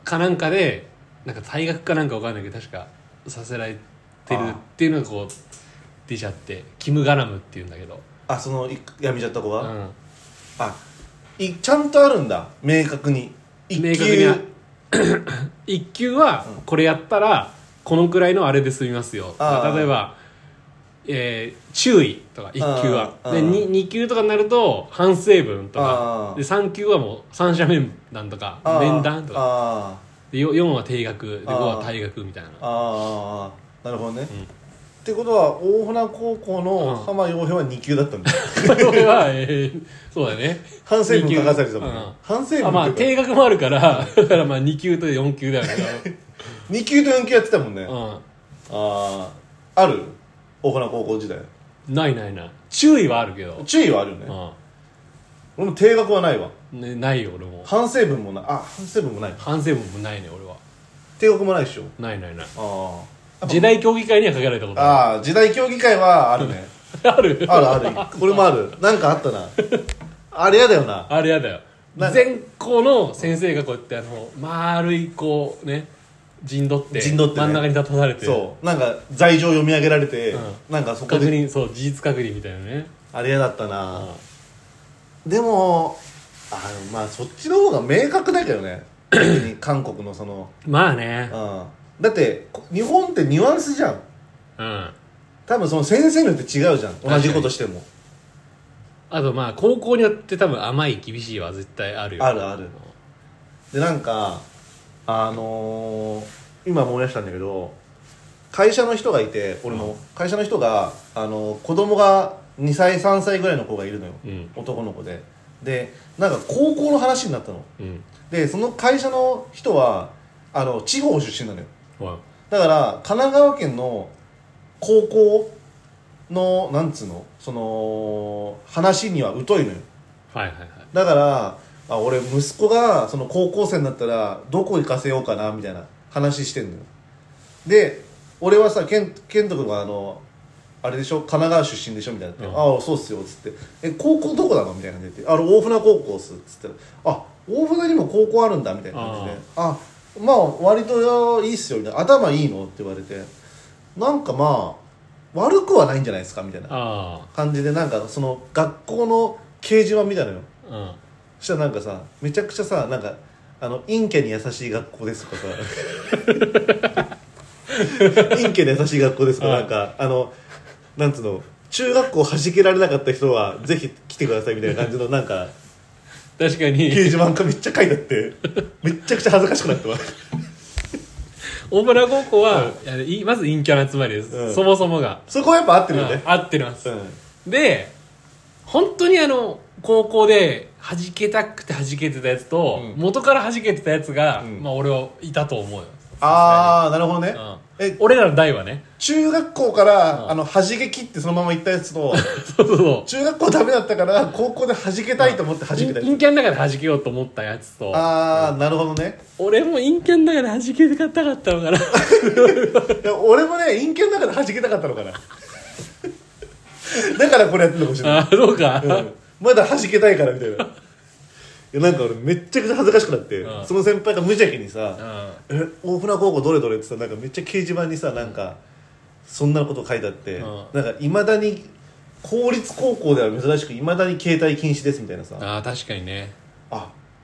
Speaker 3: かなんかでなんか退学かなんかわかんないけど確かさせられてるっていうのがこう出ちゃってキム・ガラムっていうんだけど、
Speaker 2: あそのい辞めちゃった子
Speaker 3: う
Speaker 2: は、
Speaker 3: ん、
Speaker 2: あいちゃんとあるんだ明確に一級
Speaker 3: 明確 <coughs> にあ1級はこれやったらこのくらいのあれで済みますよ
Speaker 2: あー
Speaker 3: 例えば、えー注意とか1級は
Speaker 2: あー
Speaker 3: で
Speaker 2: あー
Speaker 3: 2, 級とかになると反省文と
Speaker 2: あ
Speaker 3: か
Speaker 2: ー
Speaker 3: で3級はもう三者面談とか
Speaker 2: あー
Speaker 3: 面談とか
Speaker 2: あ
Speaker 3: でよ4は定額で5は
Speaker 2: あー
Speaker 3: 退学みたいな
Speaker 2: ーあーなるほどね、
Speaker 3: ん
Speaker 2: ってことは大船高校の
Speaker 3: うん
Speaker 2: 浜洋平は2級だったんだ
Speaker 3: それは、えーそうだね
Speaker 2: 反省文書かされてたもん、
Speaker 3: う
Speaker 2: ね
Speaker 3: ん
Speaker 2: 反省文
Speaker 3: あまあ
Speaker 2: とい
Speaker 3: 定
Speaker 2: うか
Speaker 3: 額もあるからだからまあ2級と4級だよね
Speaker 2: 2級と4級やってたもんね、あ
Speaker 3: う
Speaker 2: あーある大船高校時代
Speaker 3: んないないない注意はあるけど、
Speaker 2: 注意はあるよね、
Speaker 3: う
Speaker 2: 俺も定額はないわ
Speaker 3: んね、ないよ俺も
Speaker 2: 反省文もないあ反省文もない
Speaker 3: 反省文もないね俺は
Speaker 2: 定額もないでしょ
Speaker 3: ないないない
Speaker 2: ああ
Speaker 3: 時代競技会にはかけられたことあ
Speaker 2: ああ時代協議会はあ
Speaker 3: <laughs>
Speaker 2: るね
Speaker 3: るある
Speaker 2: あるあるこれもあるなんかあったなあれやだよな
Speaker 3: あれやだよ
Speaker 2: なんか
Speaker 3: 全校の先生がこうやってあの丸いこうね陣取って
Speaker 2: 陣取ってね
Speaker 3: 真ん中に立たされて
Speaker 2: そうなんか罪状読み上げられて、
Speaker 3: うん
Speaker 2: なんかそこ
Speaker 3: 確
Speaker 2: で
Speaker 3: 認そう事実確認みたいなね
Speaker 2: あれやだった
Speaker 3: う
Speaker 2: な、
Speaker 3: ん
Speaker 2: でもあまあそっちの方が明確だけど
Speaker 3: <laughs>
Speaker 2: ね逆に韓国のその、
Speaker 3: まあね
Speaker 2: うん、だってこ日本ってニュアンスじゃん
Speaker 3: うん
Speaker 2: 多分その先生によって違うじゃん
Speaker 3: かに
Speaker 2: 同じことしても
Speaker 3: あとまあ高校によって多分甘い厳しいは絶対あるよ
Speaker 2: あるあるでなんかあのー今思い出したんだけど会社の人がいて俺の会社の人が、あのー子供が2歳3歳ぐらいの子がいるのよ、
Speaker 3: うん
Speaker 2: 男の子ででなんか高校の話になったの
Speaker 3: うん
Speaker 2: でその会社の人はあの地方出身なのよ
Speaker 3: は
Speaker 2: だから神奈川県の高校のなんつうのその話には疎いのよ
Speaker 3: はいはいはい
Speaker 2: だからあ俺息子がその高校生になったらどこ行かせようかなみたいな話してんのよで俺はさ健健人君はあのあれでしょ神奈川出身でしょみたいなって「
Speaker 3: うん
Speaker 2: ああそうっすよ」っつって「え高校どこなの?」みたいな感じで言って「あの大船高校っす」っつったら「あ大船にも高校あるんだ」みたいな感じで「あまあ割といいっすよ」みたいな「頭いいの?」って言われてなんかまあ悪くはないんじゃないですかみたいな
Speaker 3: あ
Speaker 2: 感じでなんかその学校の掲示板みたいなのよ
Speaker 3: あうん
Speaker 2: そしたらなんかさめちゃくちゃさなんかあの陰キャに優しい学校ですとかさ <laughs> 陰キャに優しい学校ですとか
Speaker 3: はい
Speaker 2: なんかあのなんつうの中学校はじけられなかった人はぜひ来てくださいみたいな感じのなんか
Speaker 3: 確か
Speaker 2: 掲
Speaker 3: に
Speaker 2: 示板がめっちゃ書いてあってめっちゃくちゃ恥ずかしくなってます
Speaker 3: 大村高校は、いやいまず陰キャの集まりです、
Speaker 2: うん
Speaker 3: そもそもが、
Speaker 2: そこはやっぱ合って
Speaker 3: う
Speaker 2: るよね
Speaker 3: ん、合ってます、
Speaker 2: うん
Speaker 3: で本当にあの高校で弾けたくて弾けてたやつと、
Speaker 2: うん
Speaker 3: 元から弾けてたやつが、
Speaker 2: うん
Speaker 3: まあ俺はいたと思うよ
Speaker 2: ああなるほどね
Speaker 3: うん
Speaker 2: え
Speaker 3: 俺らの代はね <laughs>
Speaker 2: 中学校から、
Speaker 3: うん
Speaker 2: あの弾け切ってそのまま行ったやつと
Speaker 3: そうそうそう
Speaker 2: 中学校ダメだったから高校で弾けたいと思って弾けたやつ
Speaker 3: 陰キャの中で弾けようと思ったやつと
Speaker 2: ああなるほどね
Speaker 3: 俺も陰キャの中で弾けてかったかったのかな
Speaker 2: いや俺もね陰キャの中で弾けたかったのかなだからこれやってるのかもしれない、
Speaker 3: あそうか、
Speaker 2: うんまだ弾けたいからみたいないやなんか俺めっちゃくちゃ恥ずかしくなって、
Speaker 3: うん
Speaker 2: その先輩が無邪気に
Speaker 3: う
Speaker 2: さ
Speaker 3: ん
Speaker 2: 「え大船高校どれどれ」ってさなんかめっちゃ掲示板にさなんか、そんなこと書いてあって、
Speaker 3: うん
Speaker 2: なんかいまだに公立高校では珍しくいまだに携帯禁止ですみたいなさあ
Speaker 3: ああ確かにね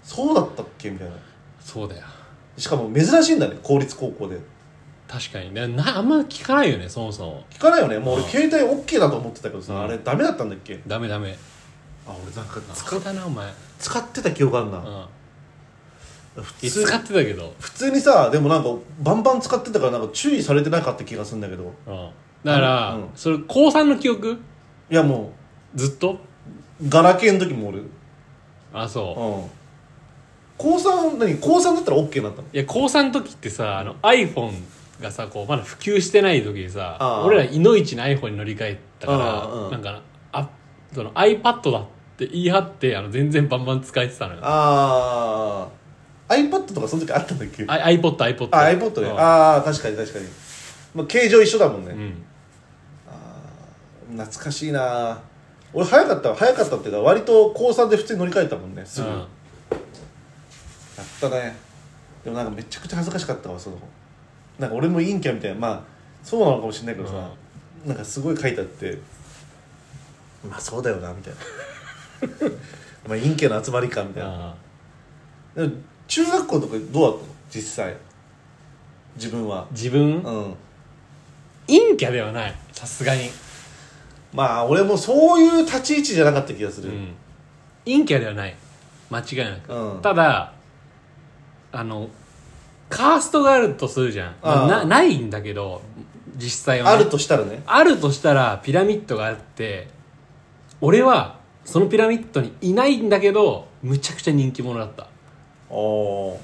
Speaker 2: そうだったっけみたいな
Speaker 3: そうだよ
Speaker 2: しかも珍しいんだね公立高校で
Speaker 3: 確かにねなあんま聞かないよねそもそも
Speaker 2: 聞かないよねもう
Speaker 3: あ
Speaker 2: 俺
Speaker 3: あ
Speaker 2: 携帯 OK だと思ってたけどさ、
Speaker 3: うん
Speaker 2: あれダメだったんだっけ
Speaker 3: ダメダメ
Speaker 2: あ俺なんか使
Speaker 3: 使
Speaker 2: っ
Speaker 3: ったなお前
Speaker 2: 使ってた記憶あんな、
Speaker 3: うん
Speaker 2: 普
Speaker 3: い
Speaker 2: 通
Speaker 3: つ使ってたけど
Speaker 2: 普通にさでもなんかバンバン使ってたからなんか注意されてなかった気がするんだけど
Speaker 3: うんだから、
Speaker 2: うん
Speaker 3: それ高三の記憶
Speaker 2: いやも
Speaker 3: ずっと
Speaker 2: うガラケーの時も俺うん
Speaker 3: あそう、
Speaker 2: 高3何高3だったら OK になったの
Speaker 3: いや高3の時ってさあの iPhone がさこうまだ普及してない時にさ
Speaker 2: あー
Speaker 3: 俺らいのいちの iPhone に乗り換えたか
Speaker 2: あー
Speaker 3: ら
Speaker 2: うん
Speaker 3: なんかあその iPad だって言い張ってあの全然バンバン使えてたのよ
Speaker 2: ああ iPad とかその時あったんだっけあ
Speaker 3: iPodiPod
Speaker 2: あ iPod ね
Speaker 3: うん
Speaker 2: ああ確かに確かに、まあ、形状一緒だもんね、
Speaker 3: うん
Speaker 2: 懐かしいな俺早かったわ早かったっていうか割と高3で普通に乗り換えたもんねすぐ、
Speaker 3: う
Speaker 2: や
Speaker 3: ん
Speaker 2: ったねでもなんかめちゃくちゃ恥ずかしかったわそのなんか俺も陰キャみたいなまあそうなのかもしれないけどさ、なんかすごい書いてあってまあそうだよなみたい
Speaker 3: <laughs>
Speaker 2: なまあ陰キャの集まりかみたいな
Speaker 3: あ
Speaker 2: でも中学校とかどうだったの実際自分
Speaker 3: ー
Speaker 2: は
Speaker 3: 自分
Speaker 2: うん
Speaker 3: 陰キャではないさすがに、
Speaker 2: まあ俺もそういう立ち位置じゃなかった気がす
Speaker 3: う
Speaker 2: る、
Speaker 3: ん、陰キャではない間違いなく、
Speaker 2: うん
Speaker 3: ただあのカーストがあるとするじゃん、まあ
Speaker 2: あー
Speaker 3: なないんだけど実際は、ね、
Speaker 2: あるとしたらね
Speaker 3: あるとしたらピラミッドがあって俺はそのピラミッドにいないんだけどむちゃくちゃ人気者だった
Speaker 2: ああ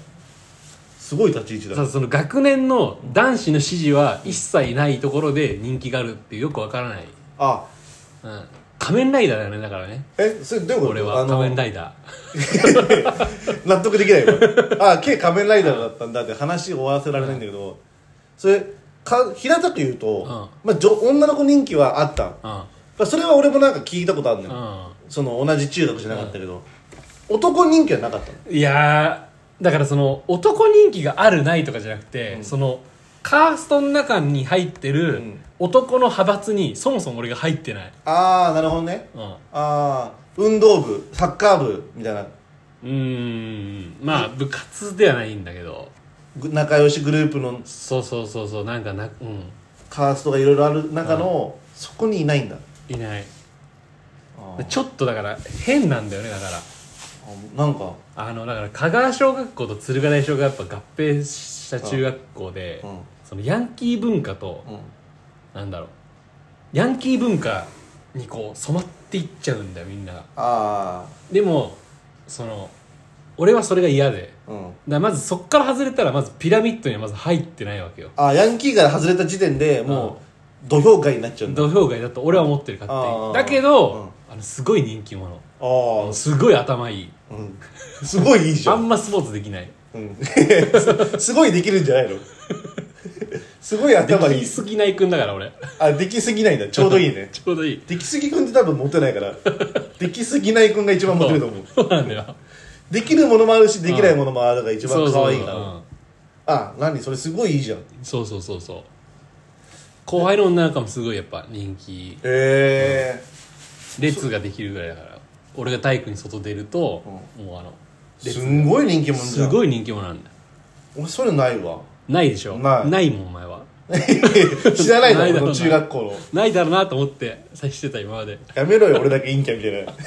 Speaker 2: すごい立ち位置だ
Speaker 3: さ
Speaker 2: ね
Speaker 3: その学年の男子の支持は一切ないところで人気があるっていうよくわからない、
Speaker 2: あ
Speaker 3: うん、仮面ライダーだよねだからね
Speaker 2: えそれどういうこと
Speaker 3: 俺は仮面
Speaker 2: イ
Speaker 3: ライダ
Speaker 2: <laughs> 納得できないよあけ仮面ライダーだったんだって話終わらせられないんだけどそれか平たく言うと、まあ、女女の子人気はあった、ま
Speaker 3: ー
Speaker 2: あ、それは俺もなんか聞いたことあるの
Speaker 3: う
Speaker 2: よ、
Speaker 3: ん、
Speaker 2: その同じ中学じゃなかったけど、男人気はなかったの
Speaker 3: うん、いやーだからその男人気があるないとかじゃなくて、そのカーストの中に入ってる
Speaker 2: ん
Speaker 3: 男の派閥にそもそも俺が入ってない、
Speaker 2: ああなるほどね
Speaker 3: うん、
Speaker 2: ああ運動部サッカー部みたいな
Speaker 3: うーんまあ部活ではないんだけど
Speaker 2: ぐ仲良しグループの
Speaker 3: そうそうそうそうなんかなうん
Speaker 2: カーストがいろいろある中の、そこにいないんだ
Speaker 3: いない
Speaker 2: あ
Speaker 3: ちょっとだから変なんだよねだから
Speaker 2: あなんか
Speaker 3: あのだから香川小学校と鶴ヶ台小学校がやっぱ合併した中学校で、
Speaker 2: うん
Speaker 3: そのヤンキー文化と、
Speaker 2: うん
Speaker 3: なんだろうヤンキー文化にこう染まっていっちゃうんだよみんなが
Speaker 2: あ
Speaker 3: でもその俺はそれが嫌で
Speaker 2: あうん
Speaker 3: だからまずそっから外れたらまずピラミッドにはまず入ってないわけよ
Speaker 2: あヤンキーから外れた時点でもう土俵外になっちゃうんだ
Speaker 3: 土俵外だと俺は思ってる勝手
Speaker 2: あ
Speaker 3: に
Speaker 2: ー
Speaker 3: だけど、あのすごい人気者
Speaker 2: ああ
Speaker 3: すごい頭いい
Speaker 2: うんすごいいいじゃ
Speaker 3: あ
Speaker 2: ん、
Speaker 3: んまスポーツできない
Speaker 2: うん <laughs> すすごいできるんじゃないの <laughs> すごい
Speaker 3: で
Speaker 2: 頭い
Speaker 3: き
Speaker 2: い
Speaker 3: すぎない君だから俺
Speaker 2: あできすぎないんだちょうどいい
Speaker 3: <laughs>
Speaker 2: ね
Speaker 3: ちょうどいい
Speaker 2: できすぎくんって多分モテないからできすぎないくんが一番モテる
Speaker 3: <laughs>
Speaker 2: と思う
Speaker 3: そうなんだよ
Speaker 2: できるものもあるしできないものもあるが一
Speaker 3: そ
Speaker 2: 番
Speaker 3: うそ
Speaker 2: 可
Speaker 3: う
Speaker 2: 愛いから
Speaker 3: うん
Speaker 2: あ何それすごいいいじゃんへ
Speaker 3: そうそうそうそう後輩の女の子もすごいやっぱ人気
Speaker 2: え
Speaker 3: 列ができるぐらいだから俺が体育に外出ると、もうあの
Speaker 2: すんごい人気者じゃ
Speaker 3: す
Speaker 2: ん
Speaker 3: ごい人気者なんだよ
Speaker 2: 俺そういうのないわ <laughs>
Speaker 3: ないでしょ
Speaker 2: ない
Speaker 3: もんお前は
Speaker 2: 知らないだ
Speaker 3: ないだ
Speaker 2: ろ
Speaker 3: ろうな
Speaker 2: この中学校の
Speaker 3: ないだろうなと思って接してた今まで
Speaker 2: やめろよ俺だけ陰キャみたいな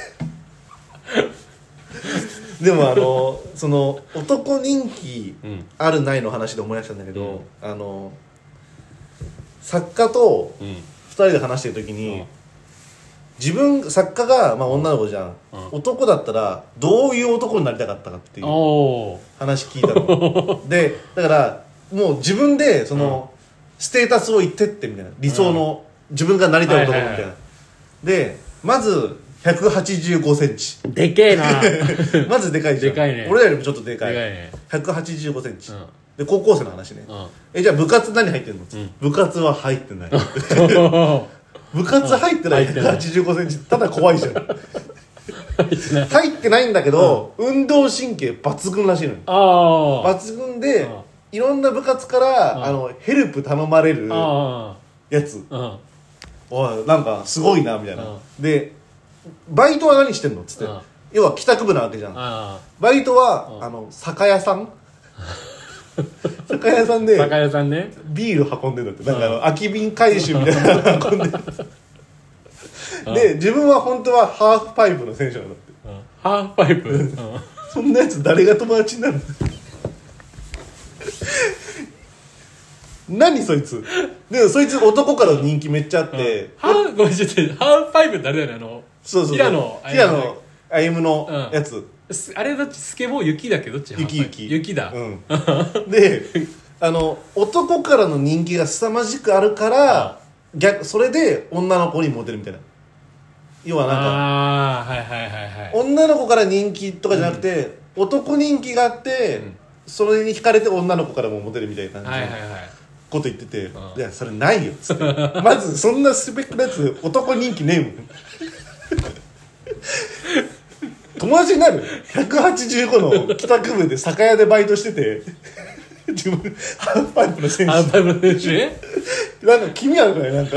Speaker 2: でもあのその男人気
Speaker 3: うん
Speaker 2: あるないの話で思い出したんだけど、あの作家と
Speaker 3: うん
Speaker 2: 2人で話してる時に、
Speaker 3: うん
Speaker 2: 自分作家が、まあ、女の子じゃん、
Speaker 3: うん
Speaker 2: 男だったらどういう男になりたかったかっていう
Speaker 3: おお
Speaker 2: 話聞いた
Speaker 3: <laughs>
Speaker 2: のでだからもう自分でその、ステータスを言ってってみたいな理想の、自分がなりたい男みたいな、
Speaker 3: はいはいは
Speaker 2: でまず1 8 5ンチ
Speaker 3: <laughs> でけえな
Speaker 2: まず <laughs> でかいじゃん
Speaker 3: でかいね
Speaker 2: 俺らよりもちょっとでかい
Speaker 3: でかいね
Speaker 2: 1 8 5ンチ、
Speaker 3: うん
Speaker 2: で高校生の話ね、
Speaker 3: うん
Speaker 2: えじゃあ部活何入ってんの、部活は入ってない <laughs> 部活入ってない
Speaker 3: 入ってない
Speaker 2: 8 5ンチただ怖いじゃん
Speaker 3: <laughs>
Speaker 2: 入ってないんだけど、運動神経抜群らしいのよ
Speaker 3: ああ
Speaker 2: 抜群で
Speaker 3: うん
Speaker 2: いろんな部活からあのヘルプ頼まれる
Speaker 3: あ
Speaker 2: やつ
Speaker 3: あうん
Speaker 2: おいなんかすごいなみたいな、
Speaker 3: うん
Speaker 2: でバイトは何してんのっつって、
Speaker 3: うん
Speaker 2: 要は帰宅部なわけじゃん
Speaker 3: あ
Speaker 2: バイトは、
Speaker 3: うん
Speaker 2: あの酒屋さん
Speaker 3: <laughs>
Speaker 2: 酒屋さん
Speaker 3: あ
Speaker 2: で
Speaker 3: 酒屋さんね
Speaker 2: ビール運んでるんだってなんかあの、空き瓶回収みたいなの運んでるで自分は本当はハーフパイプの選手なんだって
Speaker 3: うんハーフパイプうん
Speaker 2: そんなやつ誰が友達になるの何そいつでもそいつ男からの人気めっちゃあって、
Speaker 3: ハーフごめんちょっとハーフパイプってあれだよねあの
Speaker 2: そうそう
Speaker 3: 平野
Speaker 2: 平野歩夢のやつ、
Speaker 3: すあれどっちスケボー雪だっけどっち
Speaker 2: 雪
Speaker 3: ハーフパイプ
Speaker 2: 雪
Speaker 3: 雪だ、 <laughs>
Speaker 2: うんであの男からの人気が凄まじくあるか
Speaker 3: あ
Speaker 2: ら逆それで女の子にモテるみたいな要はなんか
Speaker 3: ああはいはいはいはい
Speaker 2: 女の子から人気とかじゃなくて、男人気があって、
Speaker 3: うん
Speaker 2: それに惹かれて女の子からもモテるみたいな感
Speaker 3: はい
Speaker 2: じ
Speaker 3: はい
Speaker 2: の
Speaker 3: はい
Speaker 2: こと言ってて、
Speaker 3: ああ
Speaker 2: いやそれないよっつってまずそんなスペックのやつ男人気ねえもん友達になる185の帰宅部で酒屋でバイトしてて自分ハーフパイプの選
Speaker 3: ハーフパイプの選手ね
Speaker 2: 手なんか気味悪くないなんか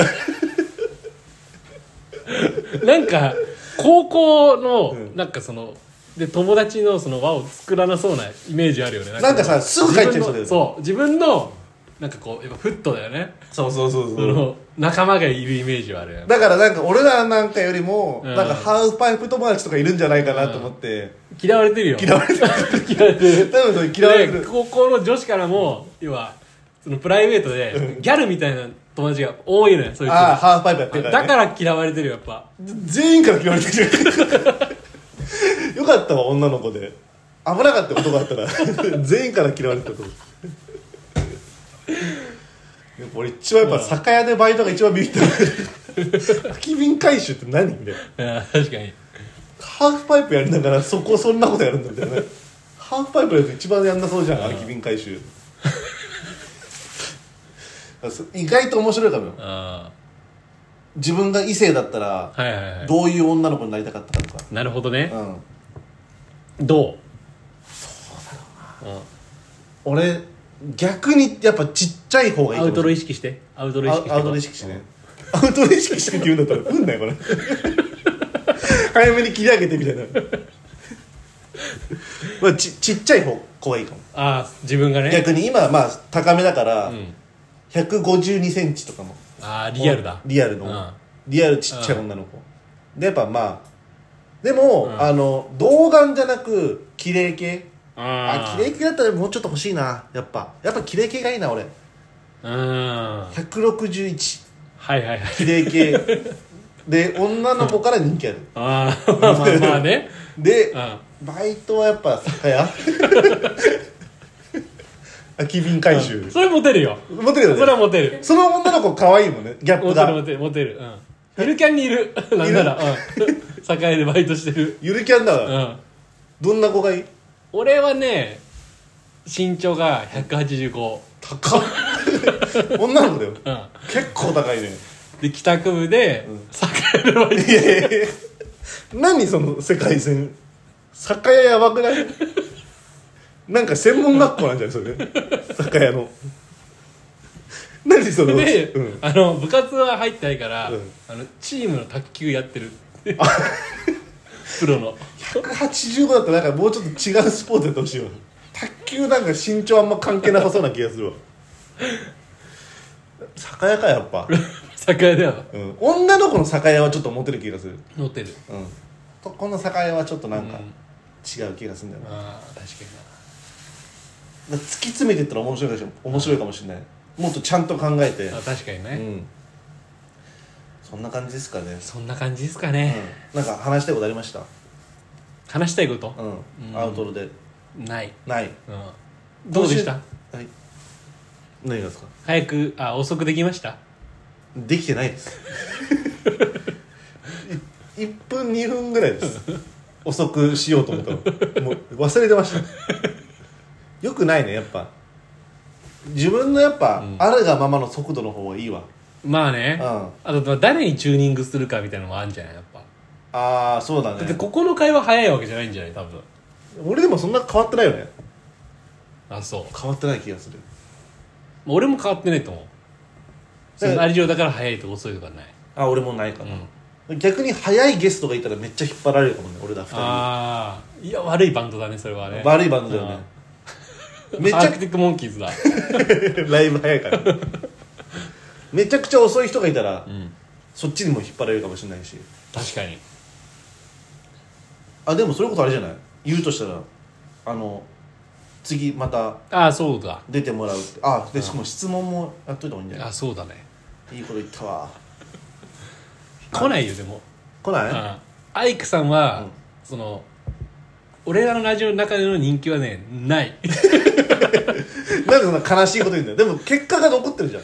Speaker 3: なんか高校の
Speaker 2: うん
Speaker 3: なんかそので友達のその輪を作らなそうなイメージあるよねな
Speaker 2: なんかさすぐ帰っちゃいそうだよね
Speaker 3: そう自分のなんかこうやっぱフットだよね、
Speaker 2: そうそうそう
Speaker 3: その仲間がいるイメージはあるよね
Speaker 2: だからなんか俺らなんかよりも、
Speaker 3: うん
Speaker 2: なんかハーフパイプ友達とかいるんじゃないかなと思って、
Speaker 3: 嫌われてるよ
Speaker 2: 嫌われてる
Speaker 3: 嫌われてる
Speaker 2: 多分それ嫌われて
Speaker 3: で
Speaker 2: る
Speaker 3: 高校の女子からも要はそのプライベートでギャルみたいな友達が多いのよそういう人
Speaker 2: ああハーフパイプやってるから、
Speaker 3: だ
Speaker 2: ね、
Speaker 3: から嫌われてるよやっぱ
Speaker 2: 全員から嫌われてる <laughs> よかったわ女の子で危なかった男だ
Speaker 3: <laughs>
Speaker 2: ったら全員から嫌われてたと思うでも俺一番やっぱ酒屋でバイトが一番ビビった空き瓶回収って何みたい
Speaker 3: う
Speaker 2: な
Speaker 3: ん確かに
Speaker 2: ハーフパイプやりながらそこそんなことやるんだみたいなハーフパイプやると一番やんなそうじゃん空き瓶回収意外と面白いかもよ
Speaker 3: あ
Speaker 2: 自分が異性だったら
Speaker 3: あはいはいはい
Speaker 2: どういう女の子になりたかったかとか
Speaker 3: なるほどね
Speaker 2: うん
Speaker 3: どう
Speaker 2: 俺逆にやっぱちっちゃい方がいい
Speaker 3: アウトロ
Speaker 2: 意
Speaker 3: 意識してアウトロ意識して
Speaker 2: 識アウトロ意識してねアウトロ意識してって言うんだったらうんなよこれ早めに切り上げてみた
Speaker 3: <laughs>
Speaker 2: いなまあちちっちゃい方子がいいかも
Speaker 3: ああ自分がね
Speaker 2: 逆に今まあ高めだから、
Speaker 3: ん
Speaker 2: 1 5 2センチとかも
Speaker 3: ああリアルだ
Speaker 2: リアルの、
Speaker 3: うん
Speaker 2: リアルちっちゃい女の子、でやっぱまあでも、あの童顔じゃなく綺麗系あ
Speaker 3: あ
Speaker 2: 綺麗系だったらもうちょっと欲しいなやっぱやっぱ綺麗系がいいな俺
Speaker 3: うんは
Speaker 2: 161
Speaker 3: いはいはい
Speaker 2: 綺麗系で女の子から人気ある
Speaker 3: ああまあまあまあ
Speaker 2: <laughs>
Speaker 3: ね
Speaker 2: で
Speaker 3: うん
Speaker 2: バイトはやっぱ
Speaker 3: <laughs>
Speaker 2: 酒屋空き瓶回収
Speaker 3: それモテるよ
Speaker 2: モテるよね
Speaker 3: それはモテる
Speaker 2: その女の子可愛いもんねギャッ
Speaker 3: モ
Speaker 2: プ
Speaker 3: テるモ
Speaker 2: が
Speaker 3: テるモテるうんゆるキャンにいるなんなら
Speaker 2: <laughs>
Speaker 3: うん酒屋でバイトしてる
Speaker 2: ゆるキャンだわ、
Speaker 3: うん
Speaker 2: どんな子がいい
Speaker 3: 俺はね身長が185
Speaker 2: 高っ
Speaker 3: <laughs>
Speaker 2: 女の子だよ
Speaker 3: うん
Speaker 2: 結構高いね
Speaker 3: で帰宅部で酒屋でバイト
Speaker 2: いやいやいや <laughs> 何その世界線酒屋やばくないなんか専門学校なんじゃないそれ酒屋の何その
Speaker 3: で、
Speaker 2: うん、
Speaker 3: あの部活は入ってないから、
Speaker 2: うん
Speaker 3: あのチームの卓球やってるプロの
Speaker 2: 185だったらなんかもうちょっと違うスポーツやってほしいわ卓球なんか身長あんま関係なさそうな気がするわ酒屋かやっぱ、
Speaker 3: 酒屋では
Speaker 2: うん、女の子の酒屋はちょっとモテる気がする、
Speaker 3: 乗ってる
Speaker 2: うん、とこの酒屋はちょっとなんか
Speaker 3: うん
Speaker 2: 違う気がするんだよな
Speaker 3: ああ確か
Speaker 2: 突き詰めてったら面白いかもし面白いかもしれないもっとちゃんと考えて
Speaker 3: になあ確かにね、
Speaker 2: うんそんな感じですかね、
Speaker 3: そんな感じですかね、
Speaker 2: うん、なんか話したいことありました
Speaker 3: 話したいこと
Speaker 2: う
Speaker 3: う
Speaker 2: ん、
Speaker 3: ん
Speaker 2: アウトロで
Speaker 3: ない、
Speaker 2: ない
Speaker 3: うん、どうでした
Speaker 2: はい何がですか
Speaker 3: 早くあ遅くできました
Speaker 2: できてないです <laughs> い1分2分ぐらいです遅くしようと思ったのもう忘れてましたよくないねやっぱ自分のやっぱ、
Speaker 3: うん
Speaker 2: あるがままの速度の方がいいわ
Speaker 3: まあ
Speaker 2: う
Speaker 3: ね
Speaker 2: ん、あ
Speaker 3: あとまあ誰にチューニングするかみたいなのもあるんじゃないやっぱ
Speaker 2: あーそうだ
Speaker 3: だって
Speaker 2: ね
Speaker 3: ここの会話早いわけじゃないんじゃない多分
Speaker 2: 俺でもそんな変わってないよね
Speaker 3: あそう
Speaker 2: 変わってない気がする
Speaker 3: 俺も変わってないと思う
Speaker 2: だから
Speaker 3: そのありようだから早いとか遅いとかない
Speaker 2: あ俺もないか
Speaker 3: う
Speaker 2: な、
Speaker 3: ん、
Speaker 2: 逆に早いゲストがいたらめっちゃ引っ張られるかもね俺ら2
Speaker 3: ああいや悪いバンドだねそれはね
Speaker 2: 人悪いバンドだよねめ
Speaker 3: め
Speaker 2: ち
Speaker 3: ち
Speaker 2: ゃ
Speaker 3: ゃ
Speaker 2: く
Speaker 3: くちゃモンキーズだ、
Speaker 2: <laughs> ライブ早いからね、めちゃくちゃ遅い人がいたら、
Speaker 3: うん、
Speaker 2: そっちにも引っ張られるかもしれないし
Speaker 3: 確かに
Speaker 2: あでもそれこそあれじゃない言うとしたらあの次また
Speaker 3: ああそうだ
Speaker 2: 出てもらうってあでしかも質問もやっといた方がいいんじゃな
Speaker 3: あそうだね
Speaker 2: いいいこと言ったわ
Speaker 3: 来ないよでも
Speaker 2: 来ない、
Speaker 3: うんアイクさんは、
Speaker 2: うん
Speaker 3: その俺らのラジオの中での人気はねない
Speaker 2: なんでそんな悲しいこと言うんだよでも結果が残ってるじゃん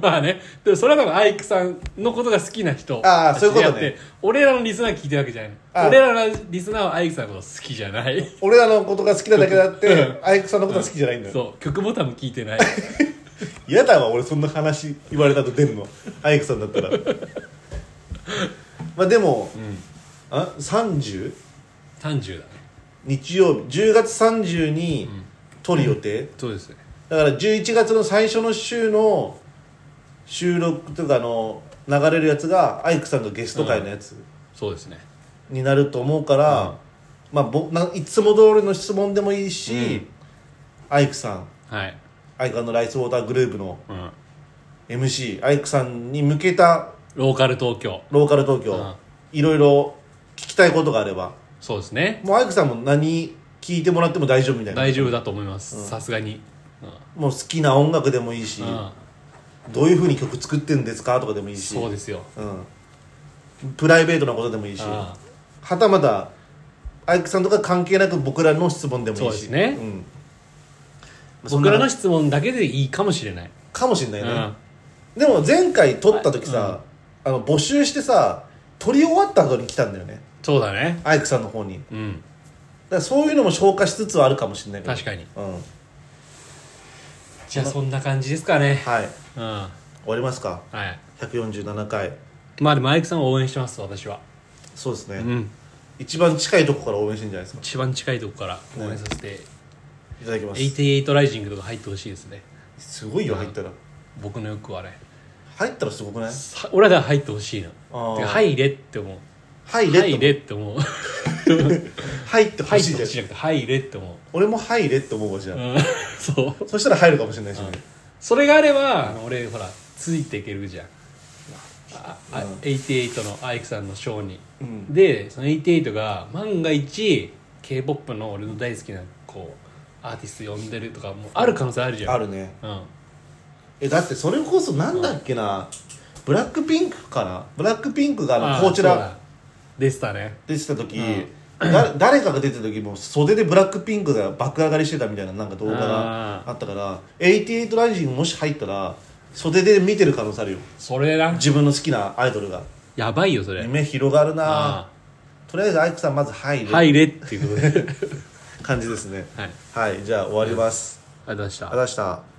Speaker 3: <laughs> まあねでもそれは多分アイクさんのことが好きな人
Speaker 2: あーそういうことね
Speaker 3: 知り合って俺らのリスナー聞いてるわけじゃない
Speaker 2: あー
Speaker 3: 俺らのリスナーはアイクさんのこと好きじゃない
Speaker 2: 俺らのことが好きなだけだってアイクさんのことは好きじゃないんだよ
Speaker 3: そう曲ボタンも聞いてない
Speaker 2: 嫌だわ俺そんな話言われたと出るのアイクさん
Speaker 3: <laughs>
Speaker 2: だったらまあでも、あ30
Speaker 3: 30だね
Speaker 2: 日曜日10月30に撮る予定、
Speaker 3: そうですね
Speaker 2: だから11月の最初の週の収録とかの流れるやつがアイクさんのゲスト会のやつ
Speaker 3: そうですね
Speaker 2: になると思うから、まあぼないつも通りの質問でもいいし、
Speaker 3: うん
Speaker 2: アイクさん
Speaker 3: はい、
Speaker 2: アイクライスウォーターグループの
Speaker 3: うん、
Speaker 2: MC アイクさんに向けた
Speaker 3: ローカル東京
Speaker 2: ローカル東京、
Speaker 3: うん
Speaker 2: いろいろ聞きたいことがあれば
Speaker 3: そうですね
Speaker 2: もうアイクさんも何聞いてもらっても大丈夫みたいな
Speaker 3: 大丈夫だと思いますさすがにう
Speaker 2: もう好きな音楽でもいいし、
Speaker 3: ん、うん、
Speaker 2: どういうふうに曲作ってるんですかとかでもいいし
Speaker 3: そうですよ
Speaker 2: うん、プライベートなことでもいいし
Speaker 3: うん
Speaker 2: はたまたアイクさんとか関係なく僕らの質問でもいいし
Speaker 3: そうですね
Speaker 2: うんそん
Speaker 3: 僕ら
Speaker 2: な
Speaker 3: の質問だけでいいかもしれない、
Speaker 2: かもしれな
Speaker 3: う
Speaker 2: い
Speaker 3: ん
Speaker 2: ね、でも前回撮った時さ、あの募集してさ撮り終わった後に来たんだよね
Speaker 3: そうだね
Speaker 2: アイクさんの方にだか
Speaker 3: うん
Speaker 2: らそういうのも消化しつつはあるかもしれないけど
Speaker 3: 確かに
Speaker 2: うん、はい
Speaker 3: じゃあそんな感じですかね
Speaker 2: 終
Speaker 3: うんは
Speaker 2: わりますか
Speaker 3: い
Speaker 2: 147回
Speaker 3: まあでもアイクさんを応援してます私は
Speaker 2: そうですね、
Speaker 3: うん
Speaker 2: 一番近いとこから応援してんじゃないですか
Speaker 3: 一番近いとこから応援させて、
Speaker 2: いただきます
Speaker 3: 88ライジングとか入ってほしいですね
Speaker 2: すごいよ入ったら
Speaker 3: 僕の欲はね
Speaker 2: 入ったらすごくない
Speaker 3: さ俺らが入ってほしいの
Speaker 2: あー
Speaker 3: てか入れって思う
Speaker 2: 入れ
Speaker 3: 入
Speaker 2: って
Speaker 3: れって思う <laughs>
Speaker 2: 入ってほ
Speaker 3: 入っ
Speaker 2: しい
Speaker 3: てほしい
Speaker 2: じ
Speaker 3: じ
Speaker 2: ゃ
Speaker 3: ゃ
Speaker 2: ん
Speaker 3: なくて入れって思う
Speaker 2: 俺も入れって思うわじゃ、
Speaker 3: うんんそう
Speaker 2: そしたら入るかもしれないしね、
Speaker 3: それがあればあの俺ほらついていけるじゃんああ
Speaker 2: うん
Speaker 3: 88のアイクさんのショーに
Speaker 2: うん
Speaker 3: でその88が万が一 k p o p の俺の大好きなこうアーティスト呼んでるとかもある可能性あるじゃん
Speaker 2: あるね
Speaker 3: うん
Speaker 2: えだってそれこそなんだっけな、ブラックピンクかなブラックピンクがあ
Speaker 3: あ
Speaker 2: のこち
Speaker 3: そう
Speaker 2: ら
Speaker 3: だでしたね
Speaker 2: 出てた時、
Speaker 3: うん
Speaker 2: だ誰かが出てた時もう袖でブラックピンクが爆上がりしてたみたいななんか動画
Speaker 3: あ
Speaker 2: が
Speaker 3: ー
Speaker 2: あったから88ライジングもし入ったら袖で見てる可能性あるよ
Speaker 3: それな
Speaker 2: 自分の好きなアイドルが
Speaker 3: やばいよそれ
Speaker 2: 夢広がるな
Speaker 3: あ
Speaker 2: とりあえずアイクさんまず入
Speaker 3: あ
Speaker 2: る、
Speaker 3: 入れっていうことではい
Speaker 2: 感じですね
Speaker 3: ありがとう
Speaker 2: はいじゃあ終わります、
Speaker 3: ございました
Speaker 2: ありがとうございました